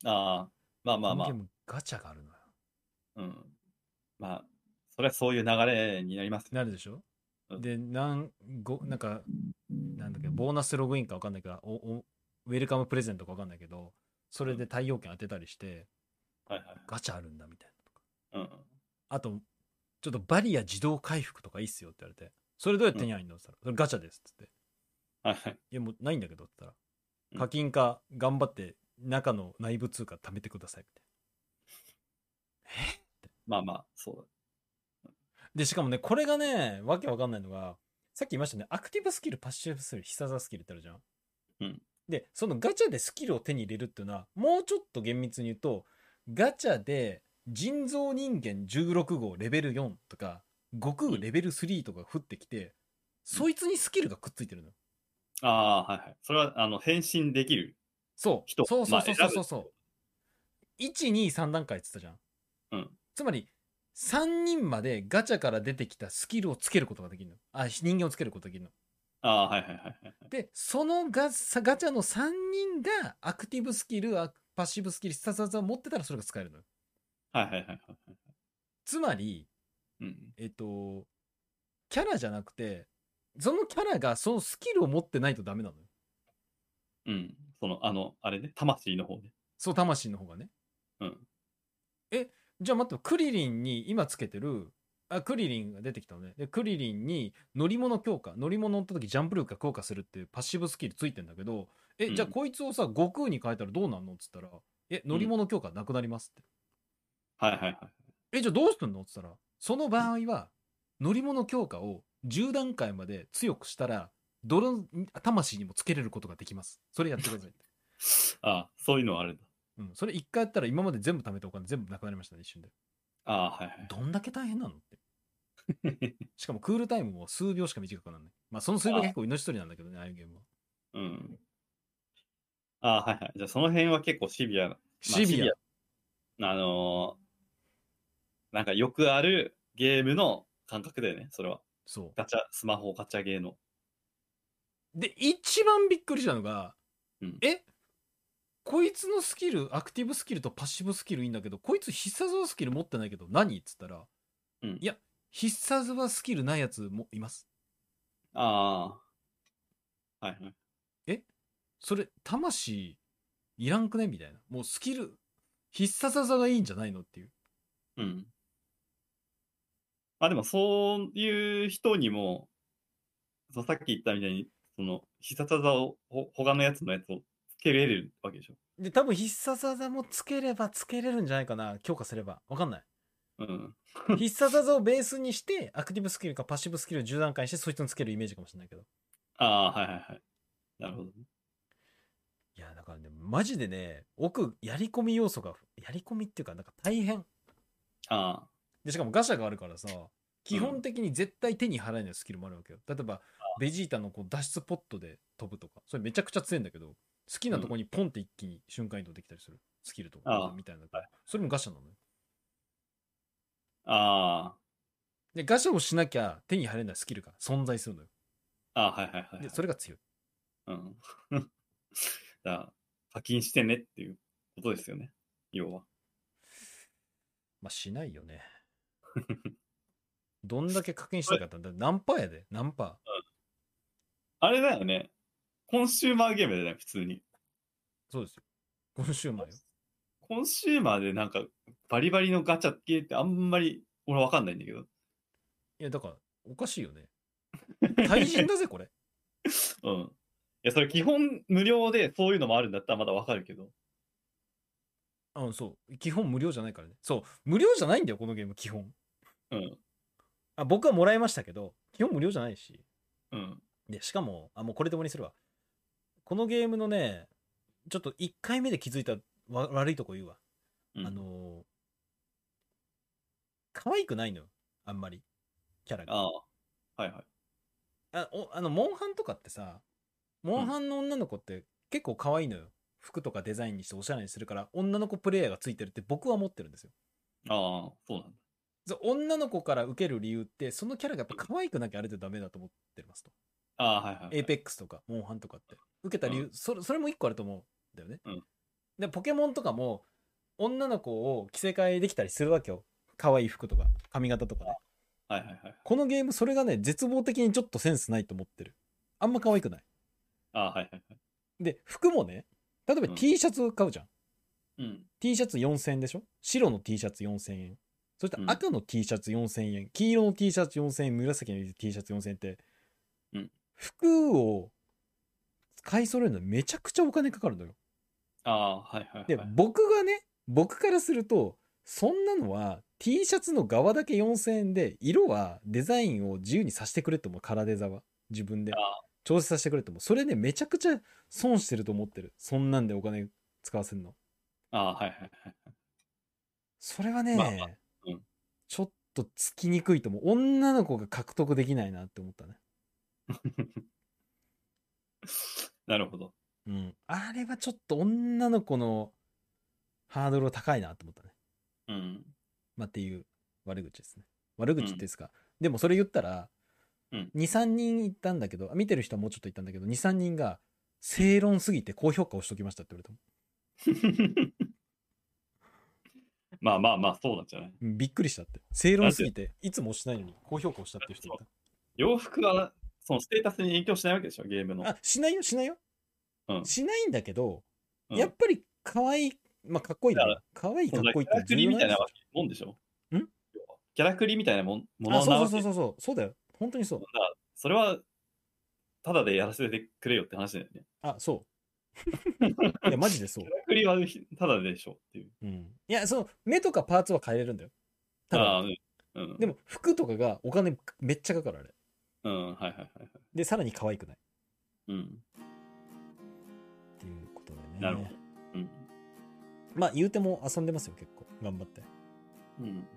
Speaker 1: て
Speaker 2: ああ、まあまあま
Speaker 1: このゲームガチャがあるのよ
Speaker 2: あ。うん。まあ、それはそういう流れになりますね。
Speaker 1: なるでしょ、
Speaker 2: うん
Speaker 1: でなんごなんかなんだっけボーナスログインか分かんないからおおウェルカムプレゼントか分かんないけどそれで太陽剣当てたりして
Speaker 2: はいはい。
Speaker 1: ガチャあるんだみたいな
Speaker 2: うん。
Speaker 1: あと、ちょっとバリア自動回復とかいいっすよって言われて、それどうやって手に入るのって言ったら、それガチャですって言って、
Speaker 2: はいはい。
Speaker 1: いやもうないんだけどって言った
Speaker 2: うん
Speaker 1: ら、課金か頑張って中の内部通貨貯めてくださいみたいな。え
Speaker 2: まあまあ、そう
Speaker 1: で、しかもね、これがね、わけわかんないのが、さっき言いましたね、アクティブスキル、パッシブスキル、必殺技スキルってあるじゃん。
Speaker 2: うん
Speaker 1: で、そのガチャでスキルを手に入れるっていうのは、もうちょっと厳密に言うと、ガチャで人造人間16号レベル4とか、悟空レベル3とか降ってきて、そいつにスキルがくっついてるのよ。
Speaker 2: だ。ああ、はいはい。それは、あの、変身できる。
Speaker 1: そう。
Speaker 2: 人
Speaker 1: そうそうそう
Speaker 2: ま
Speaker 1: そ
Speaker 2: あ
Speaker 1: うそうそう。1、2、3段階って言ったじゃん。
Speaker 2: うん
Speaker 1: つまり、3人までガチャから出てきたスキルをつけることができるの。あ、人間をつけることができるの。
Speaker 2: ああ、はいはいはいはい。
Speaker 1: で、そのガチガチャの3人がアクティブスキル、アパッシブスキル、必殺技を持ってたらそれが使えるのよ。
Speaker 2: はいはいはいはい。
Speaker 1: つまり、
Speaker 2: うん。
Speaker 1: えっと、キャラじゃなくて、そのキャラがそのスキルを持ってないとダメなのよ。
Speaker 2: うん。その、あの、あれね、魂の方ね。
Speaker 1: そう、魂の方がね。
Speaker 2: うん。
Speaker 1: じゃあ待って、クリリンに今つけてる、あ、クリリンが出てきたのね。で、クリリンに乗り物強化、乗り物乗った時ジャンプ力が強化するっていうパッシブスキルついてんだけど、え、
Speaker 2: うん
Speaker 1: じゃあこいつをさ、悟空に変えたらどうなんのっつったら、え、乗り物強化なくなりますって。
Speaker 2: はいはいはい。
Speaker 1: え、じゃあどうすんのって言ったら、その場合は、乗り物強化を10段階まで強くしたら、泥の魂にもつけれることができます。それやってくださいって。
Speaker 2: [LAUGHS] あそういうのはあるんだ。
Speaker 1: うん、それ一回やったら今まで全部貯めたお金全部なくなりましたね、一瞬で。
Speaker 2: あはいはい。
Speaker 1: どんだけ大変なのって。 [LAUGHS] しかもクールタイムも数秒しか短くならない。まあその数秒が結構命取りなんだけどね、ああいうゲームは。
Speaker 2: うん。あはいはい。じゃあその辺は結構シビアな。まあ
Speaker 1: シビア。。
Speaker 2: あのーなんかよくあるゲームの感覚だよね、それは。
Speaker 1: そ
Speaker 2: ガチャ、スマホガチャゲーの。
Speaker 1: う。で、一番びっくりしたのが、
Speaker 2: うん
Speaker 1: えこいつのスキル、アクティブスキルとパッシブスキルいいんだけど、こいつ必殺技スキル持ってないけど何っつったら、
Speaker 2: うん
Speaker 1: いや、必殺技スキルないやつもいます。
Speaker 2: ああ。はいはい。
Speaker 1: それ、魂いらんくねみたいな。もうスキル、必殺技がいいんじゃないのっていう。
Speaker 2: うん。あ、でもそういう人にも、そうさっき言ったみたいに、その、必殺技を、ほ他のやつのやつをつけれるわけでしょ。
Speaker 1: で、多分必殺技もつければつけれるんじゃないかな。強化すれば。わかんない。 [LAUGHS]
Speaker 2: うん。
Speaker 1: 必殺技をベースにして、アクティブスキルかパッシブスキルを10段階にして、そいつにつけるイメージかもしれないけど。
Speaker 2: ああ、はいはいはい。なるほどね。
Speaker 1: いや、だからね、マジでね、奥、やり込み要素が、やり込みっていうか、なんか大変。
Speaker 2: あ
Speaker 1: で、しかもガシャがあるからさ、基本的に絶対手に払えないスキルもあるわけよ。例えば、ベジータのこう脱出ポットで飛ぶとか、それめちゃくちゃ強いんだけど、好きなとこにポンって一気に瞬間移動できたりする。スキルと
Speaker 2: あ
Speaker 1: か
Speaker 2: あ
Speaker 1: みたいなの
Speaker 2: は。
Speaker 1: それもガシャなのよ。
Speaker 2: あ、あ
Speaker 1: で、ガシャをしなきゃ手に入れないスキルが存在するのよ。
Speaker 2: あ、ああ、はいはいはい、はい。
Speaker 1: で、それが強い。
Speaker 2: うん。 [LAUGHS] だから課金してねっていうことですよね。要は。
Speaker 1: まあ、しないよ
Speaker 2: [LAUGHS]
Speaker 1: ね。どんだけ課金してたかって、何パーやで、何パー。
Speaker 2: あれだよね。コンシューマーゲームだよね、普通に。
Speaker 1: そうですよ。コンシューマーよ。
Speaker 2: コンシューマーでなんか、バリバリのガチャ系ってあんまり俺わかんないんだけど。
Speaker 1: いや、だから、おかしいよね。対人だぜ、これ。
Speaker 2: うん。いや、それ基本無料でそういうのもあるんだったらまだわかるけど。
Speaker 1: うん、そう。基本無料じゃないからね。そう。無料じゃないんだよ、このゲーム、基本。
Speaker 2: うん。
Speaker 1: あ、僕はもらいましたけど、基本無料じゃないし。
Speaker 2: うん。
Speaker 1: で、しかも、あ、もうこれで終わりにするわ。このゲームのね、ちょっと1回目で気づいたわ悪いとこ言うわ。
Speaker 2: うん
Speaker 1: あ、のー可愛くないのよ。あんまり。キャラが。
Speaker 2: ああ。はいはい。
Speaker 1: あおあの、モンハンとかってさ、モンハンの女の子って結構可愛いのよ。服とかデザインにしておしゃれにするから、女の子プレイヤーがついてるって僕は思ってるんですよ。
Speaker 2: ああ、そうなんだ。
Speaker 1: そう女の子から受ける理由って、そのキャラがやっぱ可愛くなきゃあれでダメだと思ってますと。
Speaker 2: ああ、はいはいはい。
Speaker 1: エーペックスとか、モンハンとかって。受けた理由、
Speaker 2: う
Speaker 1: それそれも一個あると思うんだよね。
Speaker 2: うん
Speaker 1: で、ポケモンとかも、女の子を着せ替えできたりするわけよ。可愛い服とか、髪型とかで。
Speaker 2: はいはいはい。
Speaker 1: このゲーム、それがね、絶望的にちょっとセンスないと思ってる。あんま可愛くない。
Speaker 2: ああ、はいはいはい。
Speaker 1: で、服もね、例えば
Speaker 2: うん
Speaker 1: T シャツ買うじゃん。
Speaker 2: うん。
Speaker 1: T シャツ4000円でしょ白の T シャツ4000円。そして
Speaker 2: うん
Speaker 1: 赤の T シャツ4000円、黄色の T シャツ4000円、紫の T シャツ4000円って、
Speaker 2: うん
Speaker 1: 服を買い揃えるのめちゃくちゃお金かかるのよ。
Speaker 2: ああ、はいはい
Speaker 1: で、
Speaker 2: はい。
Speaker 1: 僕がね、僕からすると、そんなのは T シャツの側だけ4000円で、色はデザインを自由にさせてくれと思う、カラーデザは。自分で
Speaker 2: ああ
Speaker 1: 調整させてくれと思う。それね、めちゃくちゃ損してると思ってる。そんなんでお金使わせるの。
Speaker 2: ああ、はいはいはい。
Speaker 1: それはね、
Speaker 2: まあまあうん
Speaker 1: ちょっとつきにくいと思う。女の子が獲得できないなって思ったね。
Speaker 2: [LAUGHS] なるほど。
Speaker 1: うん。あれはちょっと女の子のハードルは高いなって思ったね。
Speaker 2: うん。
Speaker 1: まあ、っていう悪口ですね。悪口っていうんですか。でもそれ言ったら、
Speaker 2: うん
Speaker 1: 2、3人いたんだけど、あ見てる人はもうちょっといたんだけど、2、3人が正論すぎて高評価をしときましたって言われたも
Speaker 2: まあまあまあ、そうなんじゃない
Speaker 1: んうん。びっくりしたって。正論すぎて、いつも押しないのに高評価をしたっていう人い
Speaker 2: 洋服は、そのステータスに影響しないわけでしょ、ゲームの。
Speaker 1: た。あ、しないよ、しないよ。
Speaker 2: うん
Speaker 1: しないんだけど、
Speaker 2: うん
Speaker 1: やっぱり可愛い、まあ、かっこいいだ
Speaker 2: だ
Speaker 1: ろ。可愛い、
Speaker 2: そ
Speaker 1: かっ
Speaker 2: んなキ
Speaker 1: こいい
Speaker 2: ャ
Speaker 1: っ
Speaker 2: ラ
Speaker 1: て
Speaker 2: ク
Speaker 1: 重
Speaker 2: リ
Speaker 1: 要
Speaker 2: みた
Speaker 1: ないんで
Speaker 2: な
Speaker 1: すよ
Speaker 2: もんでしょ
Speaker 1: ん
Speaker 2: 要はキャラクリみたいなもんも
Speaker 1: あ、
Speaker 2: のな
Speaker 1: そう
Speaker 2: わ
Speaker 1: そ
Speaker 2: け
Speaker 1: う
Speaker 2: だか
Speaker 1: そうそう、そうだよ。本当にそう。
Speaker 2: ら、それは、ただでやらせてくれよって話だよね。
Speaker 1: あ、
Speaker 2: [LAUGHS]
Speaker 1: そう。いや、マジでそう
Speaker 2: キャ。ラクリはただでしょっていう。
Speaker 1: うん。いや、その、目とかパーツは変えれるんだよ。た
Speaker 2: ああ
Speaker 1: だ、
Speaker 2: ー、うん。うん
Speaker 1: でも、服とかがお金めっちゃかかる、あれ。
Speaker 2: うん、はいはいはいはい。
Speaker 1: で、さらに可愛くない。
Speaker 2: うん。
Speaker 1: っていうことでね。
Speaker 2: なるほど。うん。
Speaker 1: まあ言うても遊んでますよ、結構。頑張って。
Speaker 2: うん。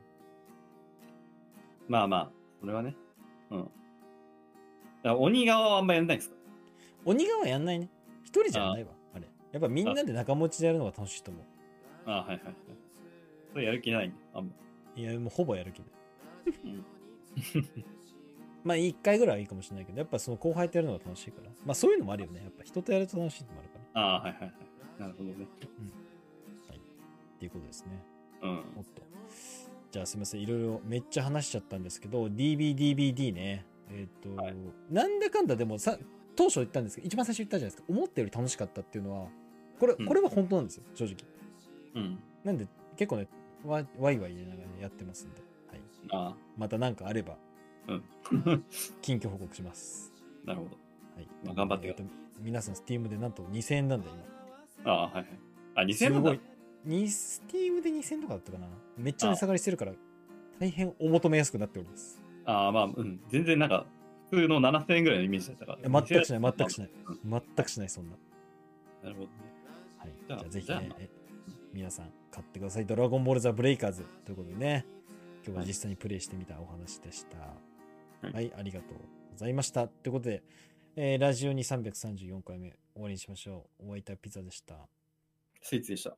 Speaker 2: まあまあ、それはね。うん。だから鬼側はあんまやんないんですか
Speaker 1: 鬼側やんないね。一人じゃないわ、あれ。やっぱみんなで仲持ちでやるのが楽しいと思
Speaker 2: ああはいはいはい。それやる気ないんだ。あんま。
Speaker 1: う。いや、もうほぼやる気ない。
Speaker 2: うん。
Speaker 1: まあ一回ぐらいはいいかもしれないけど、やっぱその後輩とやるのが楽しいから。まあそういうのもあるよね。やっぱ人とやると楽しいのもあるから。
Speaker 2: ああはいはいはい。なるほどね。
Speaker 1: っていうことですね。
Speaker 2: うん。
Speaker 1: おっと。じゃあすみません。いろいろめっちゃ話しちゃったんですけど、DBDBD ね。えっ、と、
Speaker 2: はい
Speaker 1: なんだかんだでもさ、当初言ったんですけど、一番最初言ったじゃないですか。思ったより楽しかったっていうのは、これ、
Speaker 2: うん
Speaker 1: これは本当なんですよ。正直。
Speaker 2: うん。
Speaker 1: なんで、結構ね、わわいわい言いながらね、やってますんで。はい。
Speaker 2: あ
Speaker 1: また何かあれば、
Speaker 2: あ。
Speaker 1: 近況報告します。
Speaker 2: [LAUGHS] なるほど。
Speaker 1: はい。
Speaker 2: まあ頑張って
Speaker 1: えーと皆さん、Steam でなんと2000円なんだ、今。
Speaker 2: ああはいはい。あ、2000
Speaker 1: す
Speaker 2: 円なん
Speaker 1: ご
Speaker 2: だ
Speaker 1: い。。に Steam で2000円とかだったかな。めっちゃ値下がりしてるから、大変お求めやすくなっております。
Speaker 2: ああまあ、うん。全然なんか、普通の7000円ぐらいのイメージだったから。
Speaker 1: え全くしない、全くし
Speaker 2: ない。
Speaker 1: ない。全くしない、そんな。
Speaker 2: なるほどね。
Speaker 1: はい。じ
Speaker 2: じ
Speaker 1: ゃ
Speaker 2: ゃあ
Speaker 1: あ、ぜひ
Speaker 2: じゃあ
Speaker 1: ね、え皆さん、買ってください。ドラゴンボールザ・ブレイカーズということでね、今日は実際にプレイしてみたお話でした。はい
Speaker 2: い、
Speaker 1: ありがとうございました。ということで、えーラジオに334回目終わりにしましょう。お相手はピザでした。
Speaker 2: スイーツでした。